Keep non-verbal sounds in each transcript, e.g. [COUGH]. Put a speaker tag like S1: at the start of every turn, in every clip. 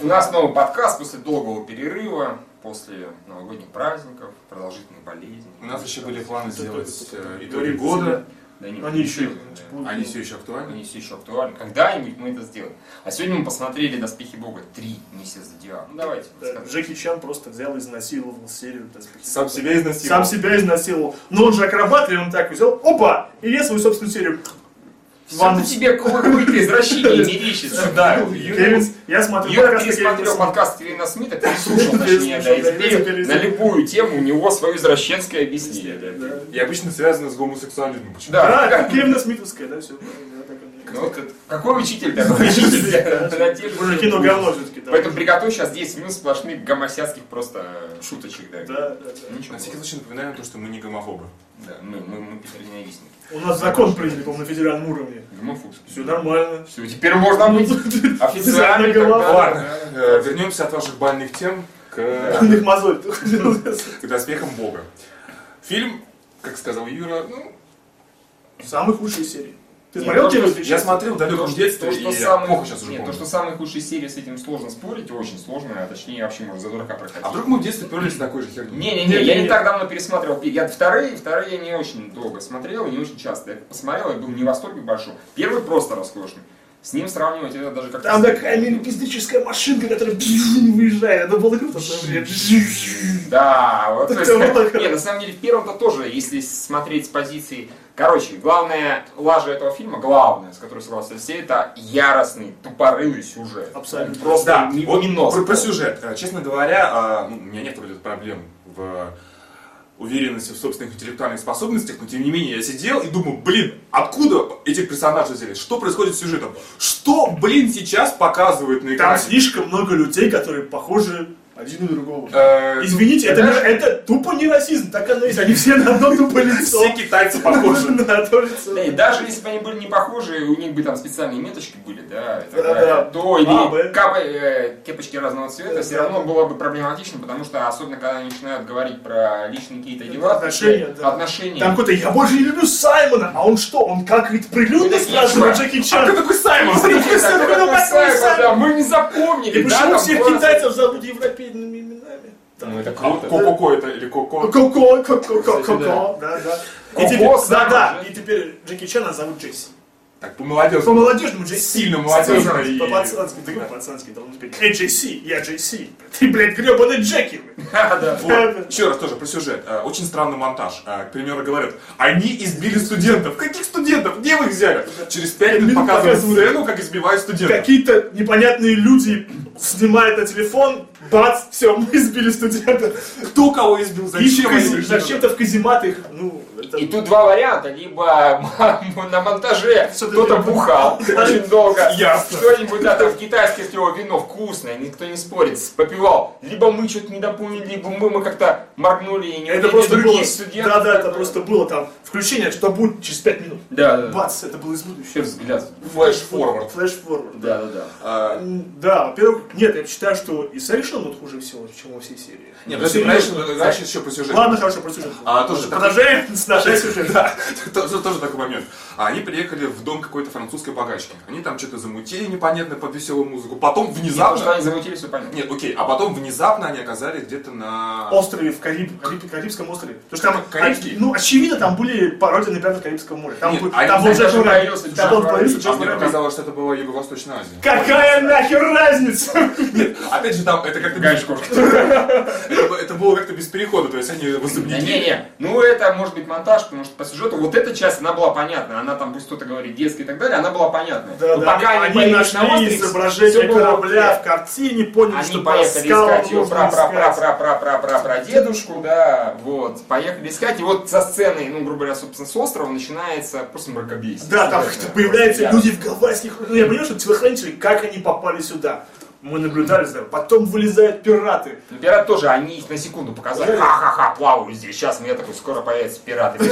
S1: У нас новый подкаст после долгого перерыва, после новогодних праздников, продолжительной болезни.
S2: У нас еще были планы сделать э, итоги
S3: Итоги
S2: года.
S1: Да нет,
S3: Они еще- типа
S1: да.
S2: Они все еще актуальны.
S1: Они все еще актуальны. Когда-нибудь мы это сделаем. А сегодня мы посмотрели «Доспехи Бога 3. Миссия Зодиака». Ну давайте.
S3: Да,
S1: расскажите.
S3: Джеки Чан просто взял и изнасиловал серию. так сказать.
S2: Сам себя
S3: Сам
S2: изнасиловал.
S3: себя изнасиловал. Но он же акробат, и он так взял, опа, и я свою собственную серию.
S1: Всё-то тебе какое-то извращение мерещится. Да,
S3: Кевин, я смотрю, да,
S1: Я
S3: раз таки
S1: пересмотрел
S3: Кевин
S1: подкаст а Кевина Смита, переслушал, точнее, да,
S3: Переслушал,
S1: и
S3: да, Кевин
S1: теперь на
S3: Смит.
S1: любую тему у него свое извращенское объяснение. да.
S3: Смит.
S2: И обычно связано с гомосексуализмом. Почему?
S1: Да.
S3: Да, да, Кевина Смитовская, да, все.
S1: Ну,
S2: [LAUGHS]
S1: вот это- какой учитель такой учитель? да, на тех же
S3: Мужики, ну
S1: курсах.
S3: говно все-таки, да.
S1: Поэтому приготовь сейчас 10 минут сплошных гомосяцких просто э, шуточек, да.
S3: Да, да, да.
S1: Ничего.
S2: На всякий случай напоминаем то, что мы не гомофобы.
S1: Да, мы, мы, мы Петра ненавистники.
S3: У нас закон приняли, по-моему, на федеральном уровне.
S1: Гомофобские.
S3: Все нормально.
S1: Все, теперь можно быть официально.
S3: Официальная голова.
S1: тогда,
S2: Ладно,
S1: да.
S2: э, вернемся от ваших бальных тем к,
S3: Их мозоль. [LAUGHS]
S2: к доспехам Бога. Фильм, как сказал Юра, ну,
S3: Самые худшие серии. Ты
S1: Не,
S3: смотрел
S1: то, что-
S3: Кевин
S2: я смотрел в далеком детстве,
S1: То, что
S2: и я
S1: самый-
S2: плохо сейчас уже
S1: Нет, то,
S2: помню.
S1: что самые худшие серии с этим сложно спорить, очень сложно, а точнее вообще можно за дурака прокатить.
S2: А вдруг мы в детстве перлись на такой же херню?
S1: Не-не-не, я не
S3: Не-не-не.
S1: так давно пересматривал. Я вторые, вторые я не очень долго смотрел, и не очень часто. Я посмотрел, я был не в восторге большом. Первый просто роскошный. С ним сравнивать это даже как-то...
S3: Там такая мелкизническая машинка, которая выезжает. Это было круто в свое время.
S1: Да, вот. То
S3: Это
S1: есть,
S3: было
S1: [LAUGHS] нет, на самом деле, в первом-то тоже, если смотреть с позиции... Короче, главная лажа этого фильма, главная, с которой согласны все, это яростный, тупорылый сюжет.
S3: Абсолютно.
S1: Просто
S2: Да,
S1: не,
S2: вот
S1: минос.
S2: про, про сюжет. Э, Честно говоря, э, ну, у меня нет вроде проблем в э, уверенности в собственных интеллектуальных способностях, но тем не менее я сидел и думал, блин, откуда эти персонажи взялись? Что происходит с сюжетом? Что, блин, сейчас показывают на
S3: Там
S2: экране?
S3: слишком много людей, которые похожи один на другого.
S2: Э,
S3: Извините, это,
S2: знаешь,
S3: это тупо не расизм, так оно и есть. Они все на одно тупо лицо.
S2: Все
S3: [LAUGHS]
S2: китайцы похожи.
S3: На одно лицо.
S1: Да, и Э, даже если бы они были не похожи, у них бы там специальные меточки были, да, и так
S3: Да,
S1: далее,
S3: да.
S1: то
S3: А,
S1: или
S3: Б.
S1: капы- э, кепочки разного цвета,
S3: Да,
S1: все
S3: да.
S1: равно было бы проблематично, потому что особенно когда они начинают говорить про личные какие-то дела,
S3: Отношения,
S1: такие
S3: да.
S1: отношения.
S3: Там какой-то, я больше не люблю Саймона, а он что, он как ведь прилюдно
S1: Это
S3: сразу на
S1: Кичман.
S3: Джеки
S2: А
S3: Чана?
S2: кто такой Саймон?
S3: Ты
S1: Да,
S3: такой
S1: да,
S3: Саймон,
S1: такой
S3: он такой
S1: Саймон,
S3: Саймон.
S1: да, мы не запомнили,
S3: ну, И
S1: да,
S3: почему
S1: там
S3: всех
S1: классно.
S3: китайцев зовут европейными именами? Там.
S1: Ну это круто.
S2: Ко-ко-ко это или ко-ко?
S3: Ко-ко, ко-ко-ко-ко,
S1: Кстати,
S3: да, да.
S1: Ко-ко,
S3: И теперь, да,
S1: Саймон,
S3: да,
S1: да.
S3: и теперь Джеки Чана зовут Джесси.
S2: Так, помолодел.
S3: По молодежному Джесси.
S2: Сильно молодежно и-
S3: По-пацански, ты по-пацански должен теперь. Эй, Джесси, я Джесси. Ты, блядь, гребаный Джеки, вы.
S1: Да, [LAUGHS] да.
S3: Вот.
S2: Еще раз тоже про сюжет. Э, Очень странный монтаж. Э, К примеру, говорят, они избили студентов. Каких студентов? Где вы их взяли? Через пять минут
S3: Минут
S2: показывают
S3: показывают.
S2: сцену, как избивают
S3: [LAUGHS]
S2: студентов.
S3: Какие-то непонятные люди снимают на телефон, бац, все, мы избили студента.
S2: Кто кого избил?
S3: И в
S2: Зачем они
S3: кази-
S2: избили?
S3: Зачем-то в каземат их, ну, это...
S1: И тут два варианта, либо [LAUGHS] на монтаже
S3: Что-то
S1: кто-то
S3: не [LAUGHS]
S1: бухал очень долго,
S2: Ясно.
S1: кто-нибудь да, там китайское если его вино вкусное, никто не спорит, попивал, либо мы что-то недопомнили, либо мы, мы как-то моргнули и не
S3: Это
S1: увидели
S3: просто
S1: другие
S3: было...
S1: студенты.
S3: Да, да, это просто было там включение, что будет через пять минут.
S1: Да, да, да.
S3: Бац, это было из будущего.
S1: Вообще взгляд.
S2: Флэш-форвард.
S3: Флэш-форвард.
S1: Да, да, да.
S2: Э,
S3: М, Да, во-первых, нет, я считаю, что и Сэкшн вот хуже всего, чем во всей серии. Ну,
S2: Нет, подожди,
S3: серьезно.
S2: раньше- раньше еще про сюжет.
S3: Ладно, хорошо, про сюжет.
S2: А, тоже такой- [LAUGHS]
S3: Продолжаем с нашей сюжет.
S2: Да, тоже, тоже такой момент. А Они приехали в дом какой-то французской богачки. Они там что-то замутили непонятно под веселую музыку. Потом
S1: Потому А что
S2: внезапно...
S1: они замутили, все понятно.
S2: Нет, окей. А потом внезапно они оказались где-то на...
S3: Острове в Кариб... Кариб- Карибском острове. Потому что там,
S2: Карибский?
S3: ну, очевидно, там были пародии на пираты Карибского моря. Там,
S2: Нет,
S3: был-
S2: а
S3: там
S2: я
S3: был
S2: не знаю,
S3: Джек
S1: даже
S3: Райан,
S1: появился
S3: там
S1: Джек
S3: был появился
S2: А
S3: Джек
S2: мне
S3: Райан.
S2: показалось, что это была Юго-Восточная Азия.
S3: Какая нахер разница?
S2: Нет, опять же, там это как-то...
S1: Гаечку.
S2: Это, бы- это было как-то без перехода, то есть они в
S1: Да
S2: особняке.
S1: не, не, ну это может быть монтаж, потому что по сюжету вот эта часть, она была понятна, она там пусть кто-то говорит детский и так далее, она была понятна.
S3: Да,
S1: Но
S3: да,
S1: пока они,
S3: они, они
S1: появились на
S3: нашли
S1: острове,
S3: изображение
S1: всё было
S3: корабля
S1: окей.
S3: в картине, поняли, что
S1: Они
S3: про
S1: поехали
S3: скалы
S1: искать его
S3: нужно
S1: пра пра пра
S3: искать.
S1: пра пра пра пра пра дедушку, да, вот, поехали искать, и вот со сцены, ну, грубо говоря, собственно, с острова начинается просто мракобесие.
S3: Да, там
S1: Сюжетное.
S3: появляются
S1: Я-
S3: люди в гавайских... Ну, я понимаю, что телохранители, как они попали сюда? Мы наблюдали за ним. Потом вылезают пираты.
S1: Ну, пират тоже, они их на секунду показали.
S3: Да.
S1: Ха-ха-ха, плаваю здесь. Сейчас мне такой, скоро появятся пираты.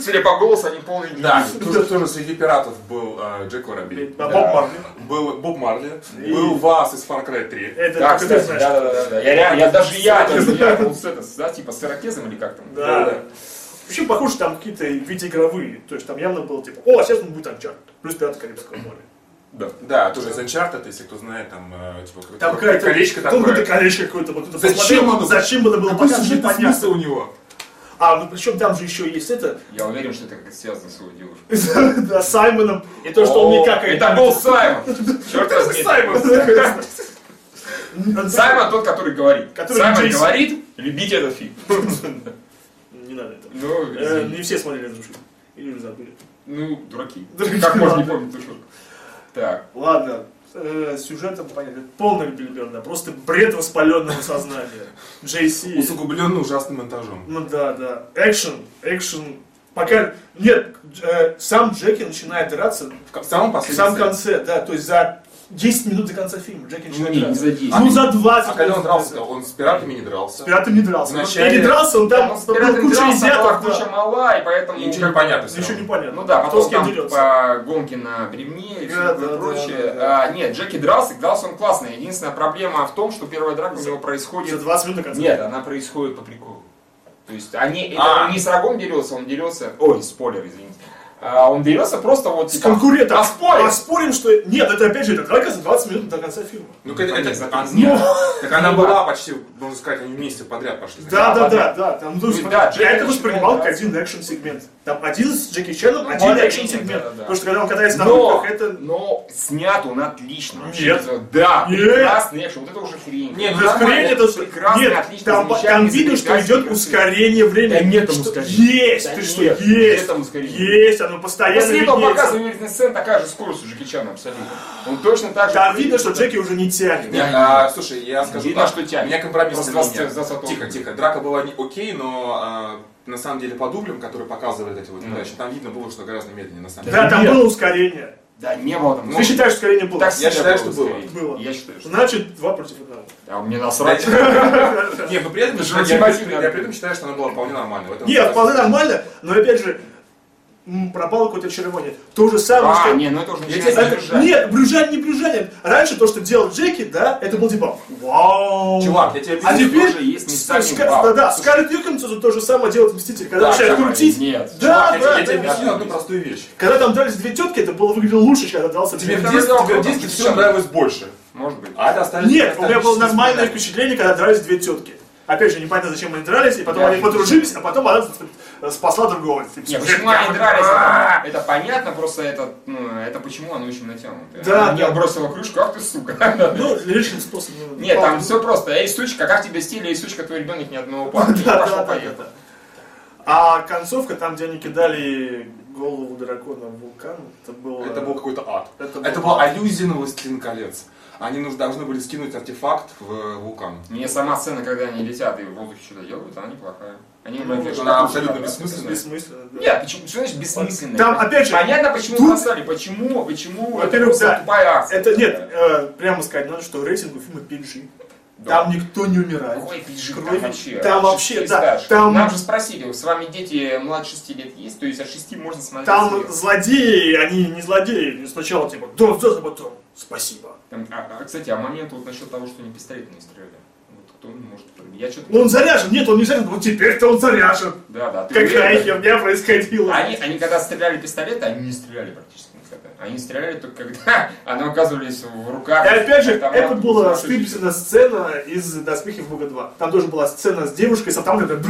S1: Судя по голосу, они полные
S2: Да,
S1: дебилы.
S2: тоже, тоже среди пиратов был э, Джек Воробей.
S3: А Боб Марли.
S2: Был Боб Марли,
S3: И-
S2: был Вас из Far Cry 3.
S3: Это
S1: Да,
S3: как ты
S1: А, кстати,
S3: знаешь.
S1: да, да, да, да. Я, реально- я даже я, не знаю, я был с это, да, типа с ирокезом или как там.
S3: Да,
S2: Да.
S3: да. Вообще похоже, там какие-то видеоигровые. То есть там явно было типа, о, сейчас он будет Анчарт. Плюс Пираты Карибского моря.
S1: Да.
S2: Да, тоже из Uncharted, если кто знает, там, э, типа, какое-то
S3: Там какая-то...
S2: колечко
S3: там какое-то
S2: такое.
S3: колечко какое-то. Вот это
S2: Зачем
S3: посмотрел,
S2: оно?
S3: Зачем это было
S2: Какой
S3: показано,
S2: сюжетный
S3: непонятно.
S2: смысл у него?
S3: А, ну причем там же еще есть это, [LAUGHS]
S1: Я уверен, что это как связано с его девушкой.
S3: да, с Саймоном. И то, что он не какает. [LAUGHS]
S1: Это был Саймон! Черт возьми! Саймон тот, который говорит.
S3: Который
S1: Саймон
S3: Джейсон.
S1: говорит, любите этот фильм.
S3: Не надо этого.
S1: Ну,
S3: Э,
S1: извини.
S3: Не все смотрели эту шутку. Или уже забыли.
S1: ну, дураки.
S3: Дураки,
S1: Как можно не
S3: ладно.
S1: помнить эту шутку? Так,
S3: Ладно, э, с сюжетом понятно. Это Полная билиберда, просто бред воспаленного сознания. Джей Си.
S2: Усугубленно ужасным монтажом.
S3: Ну да, да. Экшен, экшен. Пока... Нет, э, сам Джеки начинает драться
S2: В ко- самом
S3: в
S2: последнем.
S3: самом конце, да, то есть за 10 минут до конца фильма Джеки
S1: ну
S3: начинает
S1: не, не
S3: драться.
S1: за 10.
S3: Ну за 20
S2: А когда он
S3: минут.
S2: дрался, он с пиратами не дрался.
S3: С пиратом не дрался.
S2: Вначале-
S3: Я не дрался, он там
S1: Он с
S3: был
S1: пиратами
S3: куча
S1: дрался, была
S3: изъятов. да.
S1: куча мала, и поэтому...
S2: И ничего не понятно всё
S3: Ничего
S2: равно.
S3: не понятно.
S1: Ну да,
S3: Кто с
S1: потом
S3: кем
S1: там
S3: дерется.
S1: по гонке на бревне и все
S3: Да,
S1: такое
S3: да, да,
S1: прочее.
S3: да, да.
S1: А, нет, Джеки дрался, и дрался он классно. Единственная проблема в том, что первая драка у него
S3: За
S1: происходит...
S3: 20 минут до конца.
S1: Нет, она происходит по приколу. То есть они, это
S2: А.
S1: он не с врагом дерется, он дерется... Ой, спойлер, извините. А, он дерется просто вот...
S3: С
S1: типа,
S3: конкурентом.
S1: А спойлер!
S3: Поспорим, что... Нет, это опять же, это драка за 20 минут до конца фильма.
S2: Ну, это, это,
S1: Нет,
S2: а,
S1: нет.
S2: нет. Так она
S1: Ну,
S2: была почти, можно сказать, они вместе подряд пошли.
S3: Да, да,
S1: ладно.
S3: да, да. Там, ну,
S1: Ну,
S3: смотри,
S1: да,
S3: я
S1: Джеки
S3: это
S1: Чан,
S3: воспринимал
S1: да.
S3: как один экшн-сегмент. Там один с Джеки Чаном,
S1: Ну,
S3: один
S1: более-менее,
S3: экшн-сегмент.
S1: да, да, да.
S3: Потому что когда он катается на
S1: Но,
S3: руках, это...
S1: но снят он отлично.
S3: Нет.
S1: Да,
S3: Нет.
S1: прекрасный экшен. Вот это уже хрень.
S2: Нет,
S3: Это
S2: ну, нормально,
S3: хрень, это
S1: прекрасно,
S3: Нет,
S1: отлично,
S3: там,
S1: замечательно,
S3: там видно, что
S1: замечательно,
S3: идет
S1: красиво.
S3: ускорение времени.
S1: Да нет там
S3: Что-
S1: ускорения.
S3: Есть,
S1: Да
S3: ты
S1: нет,
S3: что, есть.
S1: нет там ускорения.
S3: Есть, оно постоянно
S1: После этого
S3: виднеется.
S1: показывает Уильямсон Сен такая же скорость у Джеки Чана абсолютно. Он точно так же...
S3: Там видно, что Джеки уже не тянет.
S2: Нет, а, слушай, я скажу
S1: Видно,
S2: так,
S1: что тянет.
S2: у меня компромисс
S1: Просто
S2: на
S1: 20 20
S2: Тихо, тихо, драка была не окей, но а, на самом деле по дублям, которые показывали эти вот удачи, там видно было, что гораздо медленнее на самом деле. [LAUGHS]
S3: Да, там
S1: Нет.
S3: было ускорение.
S1: Да, не было там.
S2: Ну,
S3: Ты считаешь, ускорение было?
S1: так
S2: я
S1: всегда
S2: считаю, что было.
S1: скорее.
S3: Было.
S1: Я считаю, что...
S3: Значит, два против одного.
S1: А мне насрать.
S2: Нет, но ну при этом
S1: Это же
S2: я-
S1: мотивативно.
S2: я- я при этом считаю, что она была вполне нормальной. В этом
S3: Нет,
S2: смысле.
S3: вполне нормально, но опять же, м, пропало какое-то очарование. То же самое,
S1: А,
S3: что...
S1: не, ну это уже
S2: Я
S1: начинается
S2: тебе-
S3: Это-
S1: брюзжать.
S3: Нет, брюзжание, не брюзжание. Раньше то, что делал Джеки, да, это был типа вау.
S2: Чувак, я тебе
S3: а
S2: объясню.
S3: теперь
S1: тоже есть местами вау.
S3: да, да, Скарлетт Йоханссон то же самое делает Мститель, когда
S2: Да,
S3: начинает
S2: давай,
S3: крутить.
S1: нет.
S3: Да,
S2: Я тебе-
S3: да,
S2: я тебе
S3: да.
S2: объясню одну простую вещь.
S3: Когда там дрались две тетки, это было выглядело лучше, чем когда дрался
S2: Тебе в
S3: Джеки.
S1: второй
S2: детстве-
S1: раунд
S2: тебе в
S1: там
S2: детстве все
S1: Джеки Чан.
S2: нравилось больше,
S1: Может быть.
S2: а это остальное...
S3: Нет, у меня было нормальное впечатление, когда дрались две тетки. Опять же, непонятно, зачем они дрались, и потом
S1: Да.
S3: они подружились, а потом она э, спасла другого. Типа,
S1: Нет,
S3: «Блин,
S1: почему они
S3: я-
S1: дрались,
S3: А-а-а».
S1: это- это понятно, просто это, ну, это почему оно очень натянутое.
S3: Да,
S1: Она
S3: да.
S1: не бросила крышку, ах ты сука. [LAUGHS]
S3: Ну, личным способом.
S1: Нет, там
S3: Пал-
S1: все просто. Эй, сучка, как тебе стиль, эй, сучка, твой ребенок ни одного папы. И
S3: [LAUGHS] Да, да,
S1: Пошел,
S3: да, да,
S1: поехал.
S3: да. А концовка, там, где они кидали голову дракона в вулкан, это было...
S2: Это был какой-то ад.
S3: Это
S2: Это,
S3: был-
S2: была аллюзия на «Властелин колец». Они нуж- должны были скинуть артефакт в э, вулкан.
S1: Мне сама сцена, когда они летят и в воздухе что-то делают, она неплохая. Они
S3: Ну,
S1: блин,
S2: она
S1: тоже
S2: абсолютно
S1: такая,
S2: бессмысленная.
S3: Бессмысленно, да.
S1: Нет, почему, что значит бессмысленно?
S3: Там, опять же,
S1: Понятно, почему
S3: тут-
S1: бросали, почему, почему, это
S3: Во-первых,
S1: просто
S3: да.
S1: тупая акция.
S3: Это, нет, э, прямо сказать надо, что рейтинг у фильма PG.
S1: Да.
S3: Там никто не умирает.
S1: Ой, пизжи,
S3: Кровь.
S1: там вообще.
S3: Там
S1: от
S3: вообще,
S1: 6
S3: да,
S1: стаж.
S3: там-
S1: Нам же спросили, с вами дети младше 6 лет есть, то есть от 6 можно смотреть.
S3: Там
S1: сериал.
S3: злодеи, они не злодеи. Сначала типа, да, да, да, потом, спасибо.
S1: Там, а, а, кстати, а момент вот насчет того, что они пистолет не стреляли. Вот кто может... Я что-то...
S3: Он заряжен, нет, он не заряжен, вот теперь-то он заряжен.
S1: Да, да. ты
S3: Какая
S1: уверен?
S3: херня происходила.
S1: Они, они когда стреляли пистолеты, они не стреляли практически никогда. Они стреляли только когда [LAUGHS] они оказывались в руках.
S3: И опять же,
S1: автомата.
S3: это была
S1: Слушай,
S3: стыдная сцена из «Доспехи в Бога 2». Там тоже была сцена с девушкой с автоматом, которая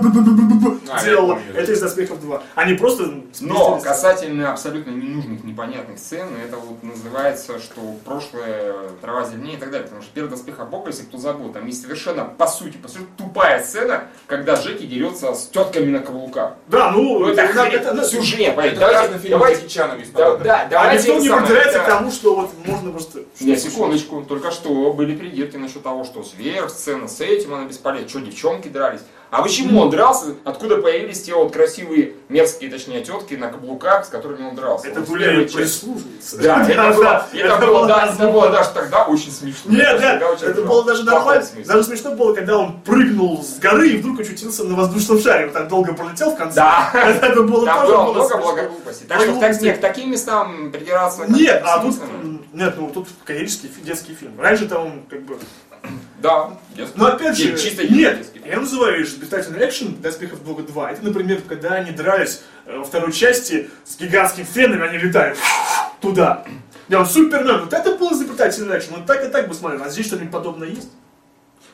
S3: бу-бу-бу-бу-бу-бу-бу
S2: А, я
S3: делала.
S2: помню, да.
S3: Это из «Доспехов 2». Они просто...
S1: Но
S3: спиздились.
S1: касательно абсолютно ненужных, непонятных сцен, это вот называется, что прошлое трава зеленее и так далее. Потому что первый доспех Бога, если кто забыл, там есть совершенно, по сути, по сути, тупая сцена, когда Джеки дерется с тетками на каблуках.
S3: Да,
S1: Ну
S3: ну...
S1: это
S3: нам-
S1: хрень,
S3: ну,
S1: сюжет,
S2: Это
S1: понимаете?
S2: давайте на
S1: Давайте,
S2: фильм
S1: давайте,
S2: с Чаном есть
S1: да,
S2: подобное.
S1: да,
S3: А
S1: давайте...
S3: никто не
S1: самое,
S3: придирается
S1: да.
S3: к тому, что вот можно просто...
S1: Не, секундочку, только что были придирки насчет того, что зверь, сцена с этим, она бесполезна, что девчонки дрались. А почему
S3: Ну.
S1: он дрался, откуда появились те вот красивые, мерзкие, точнее, тетки на каблуках, с которыми он дрался?
S3: Это
S1: Вот
S3: были [LAUGHS]
S1: первая часть.
S3: прислужницы.
S1: Да, это было,
S3: да,
S1: это было, да, это
S3: возможно.
S1: было даже тогда очень смешно.
S3: Нет,
S1: Тогда
S3: нет,
S1: очень
S3: это
S1: ужасно.
S3: было даже
S1: В плохом
S3: нормально.
S1: смысле.
S3: Даже смешно было, когда он прыгнул с горы и вдруг очутился на воздушном шаре. Вот так долго пролетел в конце.
S1: Да.
S3: Это было
S1: Там
S3: тоже
S1: было
S3: было
S1: много
S3: смешно.
S1: благоглупостей. Так что в так-
S3: Благоглупостей.
S1: нет, к таким местам придираться... как-то
S3: Ну, Нет, а тут,
S1: бессмысленно.
S3: м, нет, ну тут коммерческий фи- детский фильм. Раньше там как бы...
S1: Да, детский.
S3: Но Ну, опять же,
S1: Нет, чисто
S3: нет,
S1: детский.
S3: я называю изобретательный экшен «Доспехов Бога 2». Это, например, когда они дрались э, во второй части с гигантским феном, и они летают туда. Я вот Супермен, вот это было изобретательный экшен, вот так и так бы смотрел. А здесь что-нибудь подобное есть?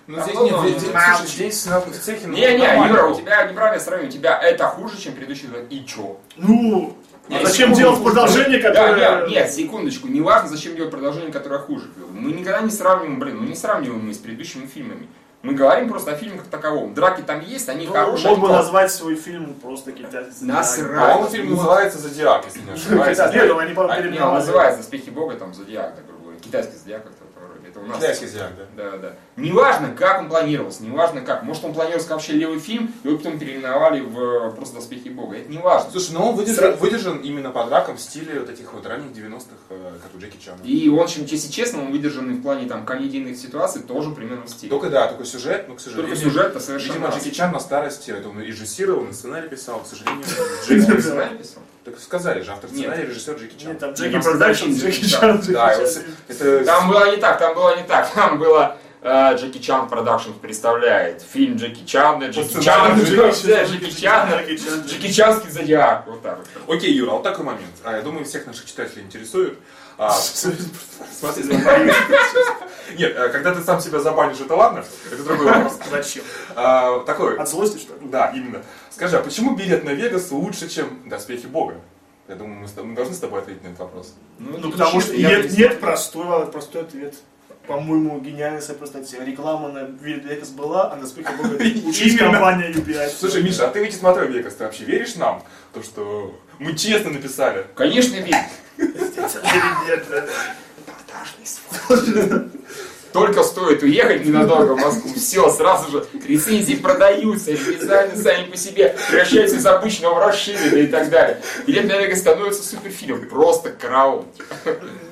S4: Ну
S1: А
S4: здесь
S1: потом
S4: нет,
S1: он-
S4: здесь- здесь,
S3: Мам.
S4: слушай, здесь на- в цехе... ну,
S1: Не-не,
S4: нормально.
S1: Юра, у тебя неправильное сравнение. У тебя это хуже, чем предыдущий взгляд. И чё?
S3: Ну,
S1: Не,
S3: а зачем
S1: секунду.
S3: делать продолжение, которое...
S1: Да, нет, нет, секундочку, неважно, зачем делать продолжение, которое хуже. Мы никогда не сравниваем, блин, мы не сравниваем мы с предыдущими фильмами. Мы говорим просто о фильме как таковом. Драки там есть, они
S3: Ну,
S1: хорошие.
S3: мог бы
S1: они
S3: назвать свой фильм просто китайцы.
S1: Насрать.
S2: По-моему, А фильм называется «Зодиак», если не
S3: [LAUGHS]
S2: ошибаюсь.
S3: Китайцы, [LAUGHS] нет, ну, они,
S1: классные.
S3: по-моему,
S1: А, не, он
S3: переименовали.
S1: называется «Доспехи Бога», там «Зодиак», так грубо говоря. Китайский «Зодиак» как-то в этом роде. Это у нас.
S2: Китайский «Зодиак», да.
S1: Да, да. Неважно, как он планировался, неважно как. Может, он планировался как вообще левый фильм, его потом переименовали в э, просто «Доспехи Бога». Это неважно.
S2: Слушай, ну он выдержан,
S3: Сразу.
S2: выдержан именно по дракам в стиле вот этих вот ранних 90-х, э, как у Джеки Чана.
S1: И он, в общем, если честно, он выдержанный в плане там комедийных ситуаций тоже примерно в стиле.
S2: Только да, только сюжет, но, к сожалению...
S1: Только сюжет-то
S2: Видимо,
S1: совершенно...
S2: Джеки Чан на старости, это он режиссировал, и сценарий писал, к сожалению,
S1: Ты
S2: Джеки...
S1: сценарий писал?
S2: Так сказали же, автор
S1: Нет.
S2: сценария, режиссер Джеки Чан.
S3: Нет, там
S1: Там
S3: Джеки Продакшн,
S1: Джеки
S3: Джеки
S1: Чан.
S3: Чан, Джеки
S2: Да, и
S3: Чан.
S2: вот с- это...
S1: Там было не так, там было не так. Там было э, Джеки Чан Продакшн представляет фильм Джеки Чана, Джеки Чана,
S2: сценарию
S1: Джеки да, Джеки Чана,
S3: Джеки Чан, Джеки
S1: Джеки Чанский зодиак. Вот так вот.
S2: Окей, Юра, а вот такой момент. А, я думаю, всех наших читателей интересует. А, смотри, Нет, а, когда ты сам себя забанишь, это ладно, это другой [LAUGHS] вопрос.
S3: Чан. Зачем?
S2: А, Такой,
S3: От злости, что ли?
S2: да, именно. Скажи, а почему билет на Вегас лучше, чем доспехи Бога? Я думаю, мы, с тобой- мы должны с тобой ответить на этот вопрос.
S3: Ну, потому что
S1: я
S3: нет,
S1: не
S3: нет, простой, а, простой ответ. По-моему, гениальная своей статья. Реклама на Вильдекс была, а на Спике [LAUGHS] Бога учись
S2: Именно.
S3: компания UPI.
S2: Слушай, Миша, а ты ведь смотрел Вегас, ты вообще веришь нам? То, что мы честно написали.
S1: Конечно, вид.
S3: Или нет, да?
S1: Только стоит уехать ненадолго в Москву, все, сразу же рецензии продаются, дизайны сами по себе превращаются из обычного в расширенного и так далее. Билет на Вегас становится суперфильмом, просто караул.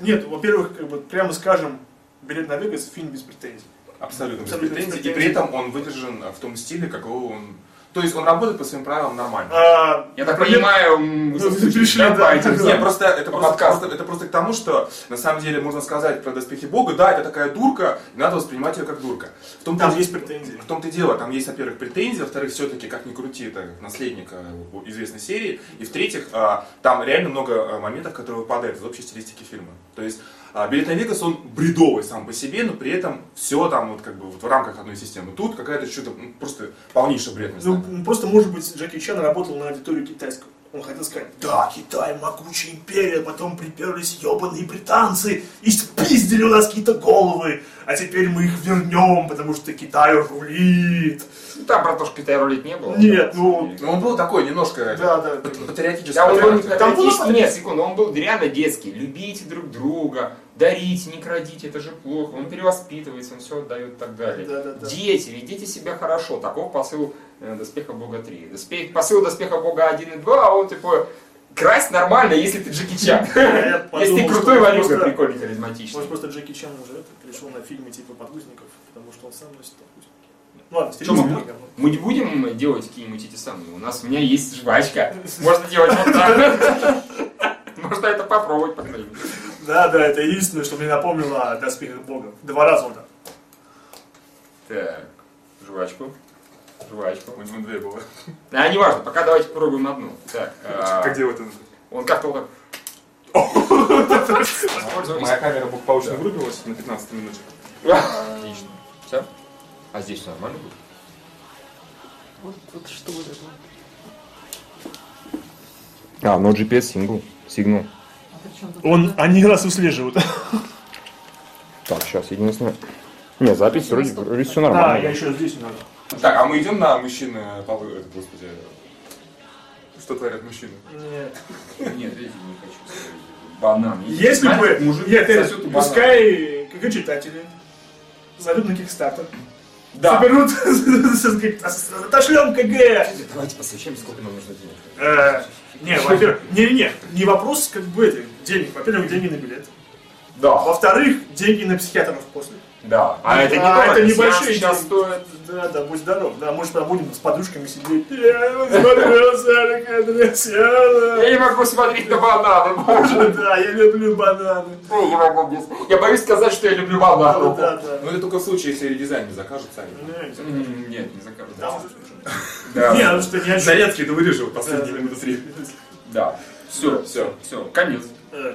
S3: Нет, во-первых, как бы прямо скажем, билет на Вегас фильм без претензий.
S2: Абсолютно без
S3: Абсолютно без
S2: претензий. И
S3: претензий.
S2: при этом он выдержан а, в том стиле, какого он... То есть он работает по своим правилам нормально.
S3: А,
S1: Я так
S3: например,
S1: понимаю, м,
S3: Ну,
S1: вы соскучились,
S3: пришли,
S1: да,
S3: да.
S1: по этим
S2: Не,
S1: всем?
S2: просто это просто,
S1: Подкаст.
S2: просто- это просто к тому, что на самом деле можно сказать про доспехи Бога, да, это такая дурка, и надо воспринимать ее как дурка. В том-то
S3: Там
S2: и-
S3: есть претензии.
S2: в том-то и дело, там есть, во-первых, претензии, во-вторых, все-таки, как ни крути, это наследник э, известной серии, и в-третьих, а, там реально много э, моментов, которые выпадают из общей стилистики фильма. То есть а, Билет на Вегас, он бредовый сам по себе, но при этом все там вот как бы вот в рамках одной системы. Тут какая-то что-то ну, просто полнейшая бредность.
S3: Ну, просто, может быть, Джеки Чан работал на аудиторию китайскую. Он хотел сказать, да, Китай, могучая империя, потом приперлись ебаные британцы и спиздили у нас какие-то головы, а теперь мы их вернем, потому что Китай рулит.
S1: Ну, Там про то, что Китай рулить не было.
S3: Нет, ну,
S2: Ну, он был такой немножко
S3: Да, да,
S2: пат-
S3: да.
S2: патриотический.
S1: Да, он был не
S2: характер.
S3: Там было
S1: патриотичный,
S3: патри-
S1: нет, секунду, он был реально детский. Любите друг друга, дарите, не крадите, это же плохо. Он перевоспитывается, он все отдает и так далее.
S3: Да, да, да.
S1: Дети, ведите себя хорошо. Таков посыл э, Доспеха Бога 3. Доспех, посыл Доспеха Бога 1 и 2, а он типа... Красть нормально, если ты Джеки Чан.
S3: [LAUGHS] я
S1: [LAUGHS] Если ты
S3: подумал,
S1: крутой
S3: что
S1: валюта,
S3: просто-
S1: прикольный, харизматичный.
S3: Может, просто Джеки Чан уже это, пришел на фильмы типа «Подгузников», потому что он сам носит подгузники. Ну ладно,
S1: Чё, мы,
S3: стилистика. говно.
S1: мы не будем делать какие-нибудь эти самые? У нас у меня есть жвачка. Можно делать вот так.
S3: [LAUGHS]
S1: Можно это попробовать, по крайней мере.
S3: Да, да, это единственное, что мне напомнило о «Доспехах Бога». Два раза он там.
S1: Так, жвачку. Жвачку.
S2: У него две было.
S1: А, неважно, пока давайте попробуем одну. Так, а,
S2: Как делать это?
S1: он как-то вот так...
S2: Моя
S1: Воспользовались.
S2: камера благополучно вырубилась на 15 минуте.
S1: Отлично. Все? А здесь всё нормально будет? Вот, вот что вот это. А, но GPS сингл. Сигнал.
S3: Он, они раз выслеживают.
S1: Так, сейчас, единственное. Не, запись вроде, вроде все
S3: Да, я еще здесь надо.
S2: Так, а мы идем на мужчины полы... это, Господи. Что творят мужчины?
S1: Нет, я не хочу. Банан.
S3: Если бы...
S1: Знаете, мужик
S3: Нет, э,
S1: сосёт банан.
S3: пускай, как и читатели, зайдут на Кикстартер,
S1: Да.
S3: соберут, [LAUGHS] а отошлем КГ.
S1: Давайте посвящаем, сколько нам нужно денег.
S3: Э, Не, во-первых, не, не, не вопрос как бы это, денег. Во-первых, деньги на билет.
S1: Да.
S3: Во-вторых, деньги на психиатров после.
S1: Да. А это не
S3: это небольшие
S1: сейчас
S3: деньги.
S1: стоит.
S3: Да, да, будь здоров. Да, может, там будем с подружками сидеть. Я вот смотрел Сарик Андреасяна.
S1: Я не могу смотреть на бананы, боже.
S3: Боже, да, я люблю бананы.
S1: Я [LAUGHS] не могу без... Я боюсь сказать, что я люблю бананы.
S3: Да, да.
S2: Ну это только в случае, если дизайн не закажут сами.
S3: Ну,
S1: М, Э, Нет, не закажу.
S3: да.
S1: Да.
S3: Не, ну что, не о чем.
S2: Зарядки это вырежу последние
S3: Да.
S2: минуты три.
S1: Да. Все,
S2: Все.
S1: все, конец.
S3: Э,